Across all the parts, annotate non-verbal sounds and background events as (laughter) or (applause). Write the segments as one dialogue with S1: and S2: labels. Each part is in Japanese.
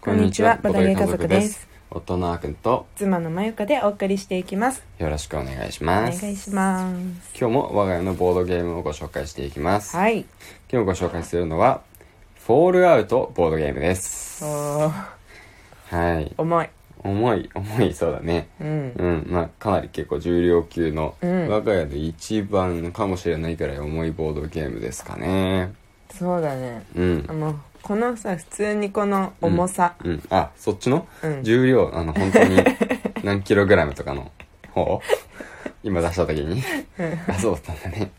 S1: こんにちは、ボドゲ家族です。。
S2: 夫のあーくんと
S1: 妻のまゆかでお送りしていきます。
S2: よろしくお願いし
S1: お
S2: ま
S1: 願
S2: す。
S1: いします。
S2: 今日も我が家のボードゲームをご紹介していきます。
S1: はい。
S2: 今日ご紹介するのは、フォールアウトボードゲームです。
S1: おー
S2: はい。
S1: 重い。
S2: 重い、重い、そうだね。
S1: うん。
S2: うん、まあ、かなり結構重量級の、
S1: うん
S2: 我が家で一番かもしれないくらい重いボードゲームですかね。
S1: そうだね。
S2: うん
S1: あ。の、このさ、普通にこの重さ。
S2: うん。あ、そっちの
S1: うん。
S2: 重量、あの、本当
S1: (laughs)
S2: に、何キログラムとかの方今出した時に。あ、そうだったんだね。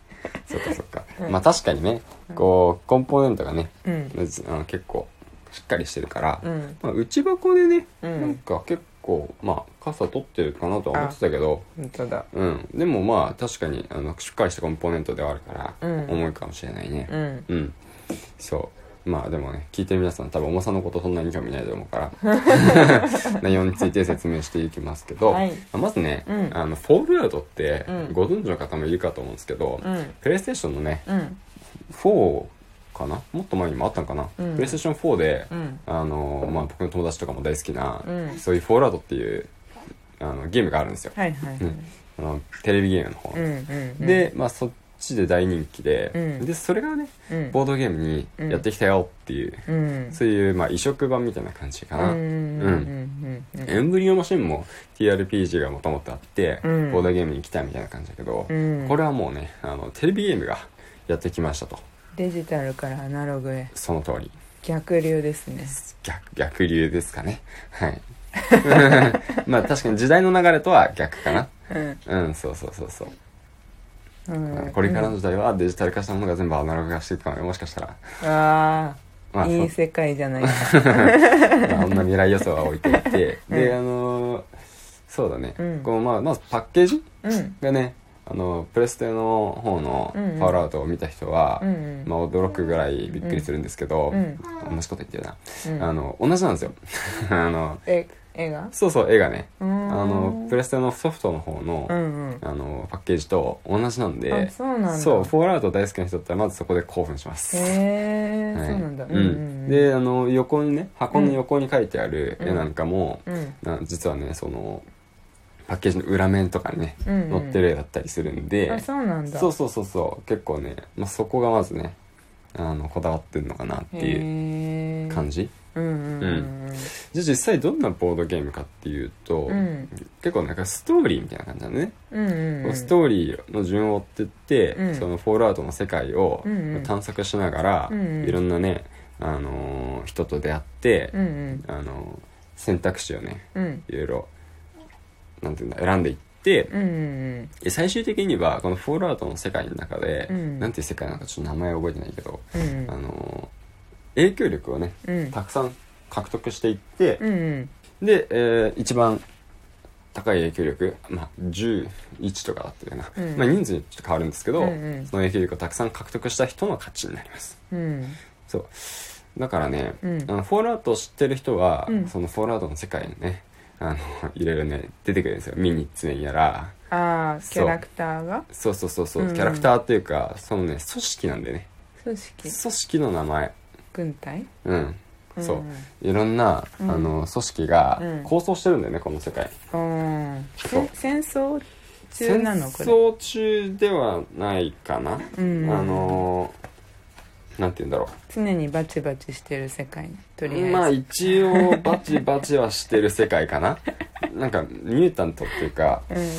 S2: そっかそっか。まあ確かにね、こう、コンポーネントがね、
S1: うん。
S2: むずあの結構、しっかりしてるから、
S1: うん。
S2: まあ、内箱でね、
S1: うん
S2: なんか結構、まあ、傘取ってるかなとは思ってたけど、
S1: 本当だ。
S2: うん。でもまあ、確かに、あの、しっかりしたコンポーネントではあるから、
S1: うん
S2: 重いかもしれないね。
S1: うん。
S2: うん。そう。まあでもね、聞いてる皆さん多分重さのことそんなに興味ないと思うから、
S1: (laughs)
S2: 内容について説明していきますけど、
S1: はい
S2: まずね、
S1: うん
S2: あの、フォールアウトって
S1: うん
S2: ご存知の方もいるかと思うんですけど、
S1: うん。
S2: プレイステーションのね、
S1: うん。
S2: 4かなもっと前にもあったのかな、
S1: うん
S2: プレイステーション4で、
S1: うん。
S2: あの、まあ僕の友達とかも大好きな、
S1: うん
S2: そういうフォールアウトっていうあのゲームがあるんですよ。
S1: はいはいはい。
S2: あのテレビゲームの方
S1: う
S2: の、
S1: ん。うん。
S2: で、まあそっちで大人気で、
S1: うん
S2: で、それがね、
S1: うん、
S2: ボードゲームにやってきたよっていう、
S1: うん。
S2: そういう、まあ、移植版みたいな感じか
S1: うん。
S2: な。
S1: うん。
S2: う
S1: うん。うん。
S2: エンブリオマシンも TRPG がもともとあって、
S1: うん
S2: ボードゲームに来たみたいな感じだけど、
S1: うん
S2: これはもうね、あの、テレビゲームがやってきましたと。
S1: デジタルからアナログへ。
S2: その通り。
S1: 逆流ですね。
S2: 逆、逆流ですかね。
S1: (laughs)
S2: はい。 (laughs) まあ確かに時代の流れとは逆かな。
S1: うん。
S2: うん、そうそうそうそう。
S1: うん。
S2: これからの時代はデジタル化したものが全部アナログ化していくかもねもしかしたら。
S1: あ
S2: まあ
S1: あ、
S2: そう
S1: いい世界じゃないか。
S2: まあ、 (laughs) あんな未来予想は置いていて、で、あのーそうだね、
S1: うん
S2: こうまあ、まずパッケージ
S1: うん。
S2: がね、あのプレステの方の
S1: うんうん
S2: パワールアウトを見た人は、
S1: うんうん
S2: まあ、驚くぐらいびっくりするんですけど、
S1: うん
S2: 同じこと言ってるな、
S1: うん
S2: あの同じなんですよ (laughs) あの
S1: え、映画
S2: そうそう絵がね
S1: あ
S2: あのプレステのソフトの方の、
S1: うんうん。
S2: あのパッケージと同じなんで
S1: あそうなんだ
S2: そうフォールアウト大好きな人だったらまずそこで興奮します
S1: へえ、
S2: はい
S1: そうなんだ。
S2: うんであの横にね箱の横に書いてある絵なんかも、
S1: うん。
S2: な実はねそのパッケージの裏面とかにね、
S1: うんうん
S2: 載ってる絵だったりするんで
S1: あ、そうなんだ。
S2: そうそうそうそう結構ね、まあ、そこがまずねあのこだわってんのかなっていう
S1: いう
S2: 感。じ
S1: うんうんうんうん。
S2: じゃあ実際どんなボードゲームかっていうと、
S1: うん
S2: 結構なんかストーリーみたいな感じなのね、
S1: うんうんう
S2: こ
S1: ん。
S2: うストーリーの順を追ってって、
S1: うん
S2: そのフォールアウトの世界を
S1: うんうん
S2: 探索しながら、
S1: うんうん
S2: いろんなね、あのー人と出会って、
S1: うんうん
S2: あのー選択肢をね
S1: うん。
S2: いろいろなんていうんだ選んでいって、
S1: うんうん
S2: で最終的にはこの「フォールアウト」の世界の中で、
S1: うん
S2: なんていう世界なのかちょっと名前覚えてないけど、
S1: うん。うん
S2: あのー影響力をね
S1: うん。
S2: たくさん獲得していって
S1: う、んうん。
S2: で、えー一番高い影響力、まあ、11とかだったよな、
S1: うん
S2: まあ、人数にちょっと変わるんですけど、
S1: うんうん
S2: その影響力をたくさん獲得した人の勝ちになります
S1: うん。
S2: そうだからね、
S1: うん
S2: あのフォールアウトを知ってる人は、
S1: うん
S2: そのフォールアウトの世界にねあのいろいろね出てくるんですよミニッツメンやら
S1: ああ、キ
S2: そう
S1: ャラクターが
S2: そうそうそうそう、
S1: うん
S2: キャラクターっていうかそのね組織なんでね
S1: 組織
S2: 組織の名前
S1: 軍隊
S2: うん、そううんいろんな、
S1: うん
S2: あの組織が
S1: うん
S2: 構想してるんだよねこの世界
S1: うん。
S2: そう
S1: せ戦争中なのこ
S2: 戦
S1: れ。
S2: 争中ではないかな、
S1: うん
S2: あのなんて言うんだろ
S1: 常にバチバチしてる世界とり
S2: うま
S1: あ
S2: あ
S1: えず。
S2: 一応バチバチはしてる世界か
S1: (laughs)
S2: ななんかミュータントっていうか
S1: うんうん。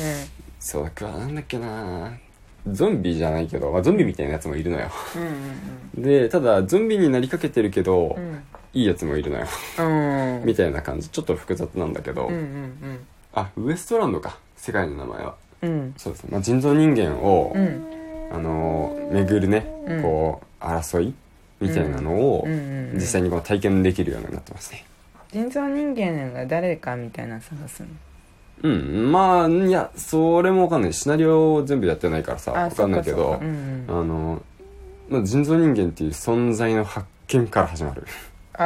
S2: そうだからなんだっけなゾンビじゃないけど、まあ、ゾンビみたいなやつもいるのよ
S1: うんうん
S2: でただゾンビになりかけてるけど、
S1: うんうん
S2: いいやつもいるのよ
S1: うん
S2: みたいな感じちょっと複雑なんだけど、
S1: うんうん
S2: あウエストランドか世界の名前は
S1: うんうん
S2: そうですね、まあ、人造人間を、
S1: うん
S2: あのー巡るね、
S1: うん
S2: こう争いみたいなのを、
S1: うんうんうん
S2: 実際にこう体験できるようになってますね
S1: 人造人間が誰かみたいなの探すの
S2: うんまあいやそれもわかんないシナリオを全部やってないからさわかんないけ
S1: そっ
S2: ど
S1: そっかうん
S2: あ
S1: うん
S2: のー、まあ、人造人間っていう存在の発見から始まる、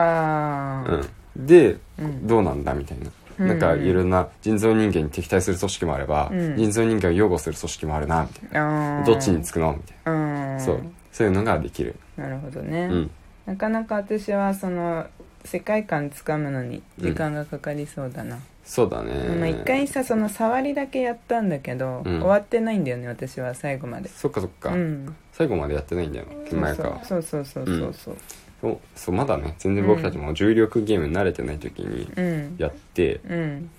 S1: あー
S2: うん、で、
S1: うん
S2: どうなんだみたいな、
S1: うん
S2: なんかいろんな人造人間に敵対する組織もあれば、
S1: うん
S2: 人造人間を擁護する組織もあるなみたい
S1: あ
S2: な
S1: ー
S2: どっちにつくのみたい
S1: うん
S2: なそうそういうのができる
S1: なるほどね
S2: うん
S1: なかなか私はその世界観つかむのに時間がかかりそうだな、
S2: そうだね
S1: まあ一回さその触りだけやったんだけど、
S2: うん
S1: 終わってないんだよね私は最後まで
S2: そっかそっか、
S1: うん
S2: 最後までやってないんだよな前かは
S1: そうそうそうそうそう
S2: そうそうまだね全然僕たちも重力ゲームに慣れてない時に
S1: うん
S2: やって、
S1: うん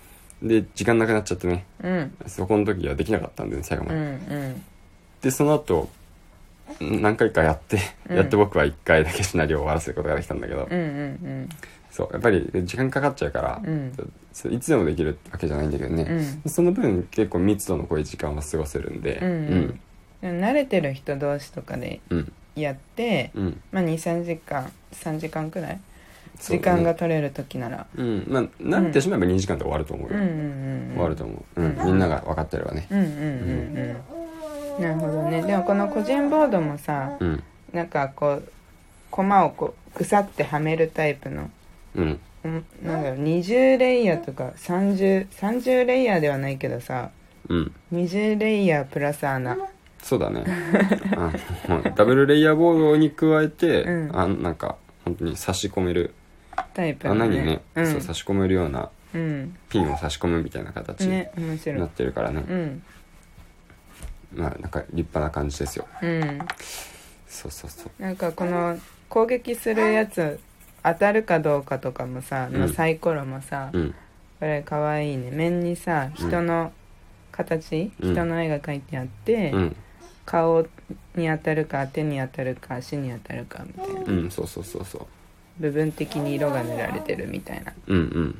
S2: で時間なくなっちゃってね
S1: うん
S2: そこの時はできなかったんで、ね、最後ま
S1: う
S2: で、
S1: ん
S2: でその後ん何回かやって、
S1: うん
S2: やって僕は1回だけシナリオを終わらせることができたんだけど、
S1: うんうんうん
S2: そうやっぱり時間かかっちゃうから、
S1: うん
S2: そういつでもできるわけじゃないんだけどね、その分結構密度の濃い時間は過ごせるんで
S1: うんうんうん慣れてる人同士とかで
S2: うんうん
S1: やって、
S2: うん
S1: まあ23時間3時間くらい、
S2: そう
S1: 時
S2: だね
S1: 間が取れる時なら
S2: うんまあ慣れてしまえば2時間で終わると思う
S1: うん
S2: よ、
S1: うんうんうん
S2: 終わると思う、うん、みんなが分かってればね
S1: うんうんうんうんなるほどねでもこの個人ボードもさ
S2: うん
S1: なんかこう駒をこうくさってはめるタイプの
S2: うん
S1: うんなんだろう20レイヤーとか3030レイヤーではないけどさ
S2: うん
S1: 20レイヤープラス穴
S2: そうだねあのダブルレイヤーボードに加えて、
S1: うん
S2: あなんか本当に差し込める
S1: タイプの
S2: 穴にね、
S1: うん
S2: そう差し込めるような
S1: うん
S2: ピンを差し込むみたいな形に
S1: ね面白
S2: ないってるからね
S1: うん
S2: まあなんか立派な感じですよ
S1: うん
S2: そうそうそう
S1: なんかこの攻撃するやつ当たるかどうかとかもさ、
S2: うん
S1: のサイコロもさ、
S2: うん
S1: これかわいいね面にさ人の形、
S2: うん
S1: 人の絵が描いてあって、
S2: うん
S1: 顔に当たるか手に当たるか足に当たるかみたいな
S2: うんそうそうそうそう
S1: 部分的に色が塗られてるみたいな
S2: うん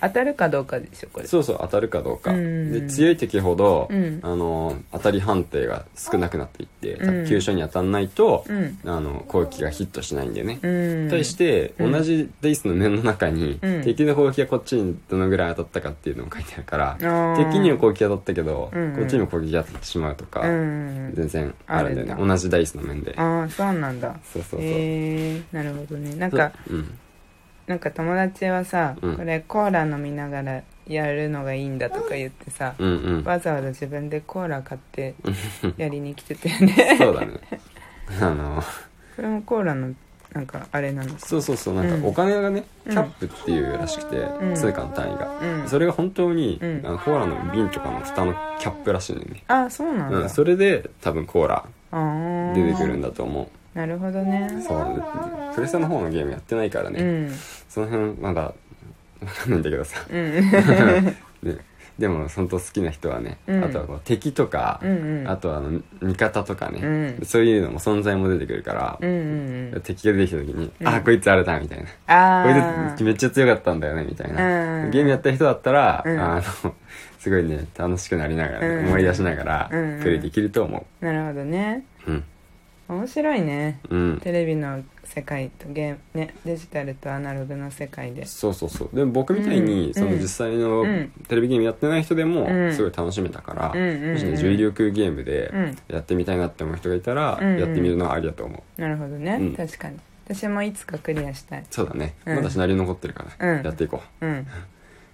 S1: 当たるかどうかでしょこ
S2: うん
S1: れ
S2: そうそう当たるかどうか、
S1: うん
S2: で強い敵ほど、
S1: うん
S2: あの当たり判定が少なくなっていって、
S1: うん
S2: 急所に当たんないと、
S1: うん
S2: あの攻撃がヒットしないんでね、
S1: うん
S2: 対して、
S1: うん
S2: 同じデイスの面の中に、
S1: うん
S2: 敵の攻撃がこっちにどのぐらい当たったかっていうのも書いてあるから、
S1: あー
S2: 敵には攻撃が当たったけど、
S1: うんうん
S2: こっちにも攻撃が当たってしまうとか、
S1: うん
S2: 全然あるんだ
S1: あ
S2: よ
S1: る
S2: ね
S1: ん
S2: 同じダイスの面で
S1: ああそうなんだ
S2: そうそうそう、
S1: へえー、なるほどねなんか
S2: うん
S1: なんか友達はさ、
S2: うん
S1: これコーラ飲みながらやるのがいいんだとか言ってさ、
S2: うんうん
S1: わざわざ自分でコーラ買ってやりに来てたよね (laughs)
S2: そうだねあの
S1: それもコーラのなんかあれなんです
S2: そうそうそうなん
S1: うん
S2: かお金がね、
S1: うん
S2: キャップっていうらしくて、
S1: ん
S2: 通貨の単位が、
S1: うん
S2: それが本当に、
S1: うん
S2: あのコーラの瓶とかの蓋のキャップらしいんだよね、
S1: あそうなんだ、
S2: うん、それで多分コーラ
S1: ああ
S2: 出てくるんだと思う
S1: なるほどね
S2: そうなんだプレステの方のゲームやってないからね、
S1: うん
S2: その辺まだわかんないんだけど
S1: (laughs)
S2: さ、
S1: うん
S2: ででも本当好きな人はね、
S1: うん
S2: あとはこう敵とか、
S1: うんうん
S2: あとはあの味方とかね、
S1: うん
S2: そういうのも存在も出てくるから、
S1: うんうんうん
S2: 敵が出てきた時に「
S1: ん
S2: あこいつあれだ」みたいな「こ
S1: あ
S2: いつ
S1: ー
S2: めっちゃ強かったんだよね」みたいな、
S1: うん
S2: ゲームやった人だったら、
S1: うん
S2: あのすごいね楽しくなりながらね、
S1: うん
S2: 思い出しながら
S1: うん
S2: プレイできると思
S1: なるほどね
S2: ううん
S1: 面白いね
S2: うん
S1: テレビの世界とゲームねデジタルとアナログの世界で
S2: そうそうそうでも僕みたいに、
S1: うん
S2: その
S1: うん
S2: 実際の
S1: うん
S2: テレビゲームやってない人でも
S1: うん
S2: すごい楽しめたから、
S1: うんうんうん
S2: もしね重力ゲーム
S1: う
S2: で
S1: ん
S2: やってみたいなって思う人がいたら、
S1: うんうん
S2: やってみるのはありだと思う
S1: なるほどね、
S2: うん
S1: 確かに私もいつかクリアしたい
S2: そうだね、
S1: うん
S2: まだシナリオ残ってるから、
S1: うん
S2: やっていこう
S1: うん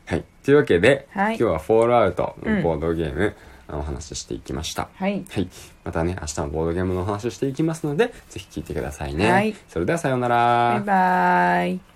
S2: はいというわけで、
S1: はい
S2: 今日は「フォールアウト」のボードゲーム、あのお話ししていきました
S1: はい
S2: はいまたね明日もボードゲームのお話をしていきますのでぜひ聞いてくださいね、
S1: はい
S2: それではさようなら
S1: バイバーイ